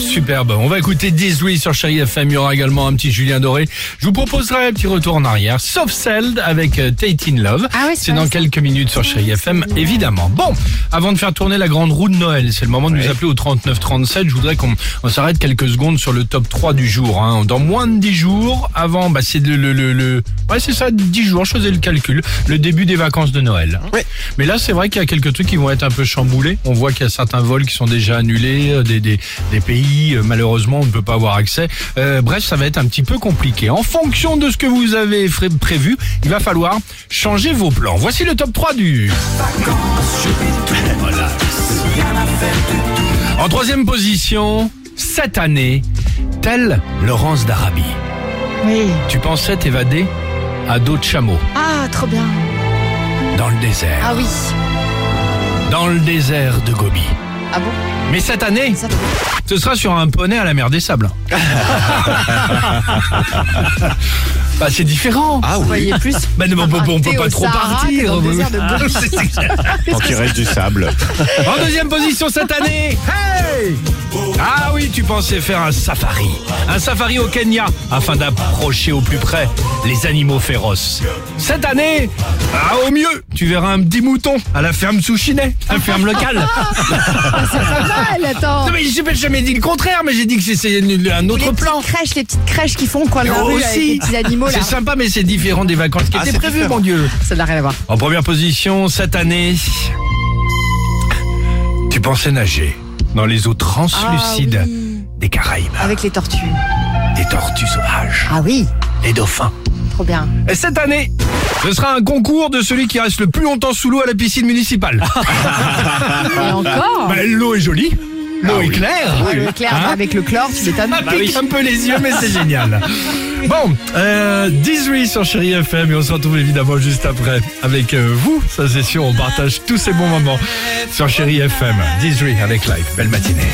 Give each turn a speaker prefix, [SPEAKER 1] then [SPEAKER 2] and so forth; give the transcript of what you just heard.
[SPEAKER 1] Superbe. On va écouter Disney sur Chérie FM. Il y aura également un petit Julien Doré. Je vous proposerai un petit retour en arrière. Sauf celle avec euh, Tate in Love.
[SPEAKER 2] Ah ouais, c'est
[SPEAKER 1] c'est
[SPEAKER 2] vrai,
[SPEAKER 1] dans
[SPEAKER 2] ça.
[SPEAKER 1] quelques minutes sur Chérie FM, évidemment. Bon, avant de faire tourner la grande roue de Noël, c'est le moment de nous appeler au 3937. Je voudrais qu'on on s'arrête quelques secondes sur le top 3 du jour. hein. Dans moins de 10 jours, avant, bah, c'est le, le, le, le- Ouais, c'est ça, 10 jours, je faisais le calcul. Le début des vacances de Noël. hein.
[SPEAKER 3] Ouais.
[SPEAKER 1] Mais là, c'est vrai qu'il y a quelques trucs qui vont être un peu chamboulés. On voit qu'il y a certains vols qui sont déjà annulés, euh, des, des, des pays, euh, malheureusement, on ne peut pas avoir accès. Euh, bref, ça va être un petit peu compliqué. En fonction de ce que vous avez fré- prévu, il va falloir changer vos plans. Voici le top 3 du... En troisième position, cette année, telle Laurence d'Arabie.
[SPEAKER 2] Oui.
[SPEAKER 1] Tu pensais t'évader à dos de chameau,
[SPEAKER 2] Ah, trop bien.
[SPEAKER 1] dans le désert,
[SPEAKER 2] Ah oui.
[SPEAKER 1] dans le désert de Gobi.
[SPEAKER 2] Ah bon
[SPEAKER 1] Mais cette année,
[SPEAKER 2] Ça, trop bien.
[SPEAKER 1] ce sera sur un poney à la mer des sables. bah c'est différent.
[SPEAKER 3] Ah
[SPEAKER 2] Vous
[SPEAKER 3] oui,
[SPEAKER 2] voyez plus
[SPEAKER 1] Bah, non, mais on peut, on peut
[SPEAKER 2] Thé
[SPEAKER 1] pas
[SPEAKER 2] au
[SPEAKER 1] trop
[SPEAKER 2] Sahara que
[SPEAKER 1] partir.
[SPEAKER 2] dans le désert de Gobi.
[SPEAKER 1] C'est clair.
[SPEAKER 3] tant qu'il reste du sable.
[SPEAKER 1] En deuxième position cette année, hey Ah oui, tu pensais faire un safari. Un safari au Kenya afin d'approcher au plus près les animaux féroces. Cette année, ah, au mieux, tu verras un petit mouton à la ferme Souchinet, la ferme locale.
[SPEAKER 2] Pas mal, attends.
[SPEAKER 1] Non mais j'ai pas jamais dit le contraire, mais j'ai dit que c'est- c'est une- un
[SPEAKER 2] Les
[SPEAKER 1] autre
[SPEAKER 2] petites
[SPEAKER 1] plan.
[SPEAKER 2] crèches, les petites crèches qui font quoi la rue avec les petits animaux là.
[SPEAKER 1] C'est sympa, mais c'est différent des vacances qui
[SPEAKER 3] Ah,
[SPEAKER 1] étaient
[SPEAKER 3] c'est
[SPEAKER 1] prévues,
[SPEAKER 3] différent.
[SPEAKER 1] mon Dieu.
[SPEAKER 2] Ça n'a rien à voir.
[SPEAKER 1] En première position, cette année, tu pensais nager dans les eaux translucides
[SPEAKER 2] Ah oui.
[SPEAKER 1] des Caraïbes,
[SPEAKER 2] Avec les tortues.
[SPEAKER 1] des tortues sauvages,
[SPEAKER 2] Ah oui,
[SPEAKER 1] des dauphins.
[SPEAKER 2] trop bien.
[SPEAKER 1] Et cette année, ce sera un concours de celui qui reste le plus longtemps sous l'eau à la piscine municipale.
[SPEAKER 2] Ah. Et encore
[SPEAKER 1] Bah, l'eau est jolie, l'eau est claire.
[SPEAKER 2] Ah, Bah le clair,
[SPEAKER 1] Hein
[SPEAKER 2] Avec le chlore, tu m'étonnes.
[SPEAKER 1] Ça pique un peu les yeux, mais c'est génial. Bon, euh, 18 sur Chéri FM et on se retrouve évidemment juste après avec euh, vous. Ça c'est sûr, on partage tous ces bons moments sur Chéri FM. 18 avec Live. Belle matinée.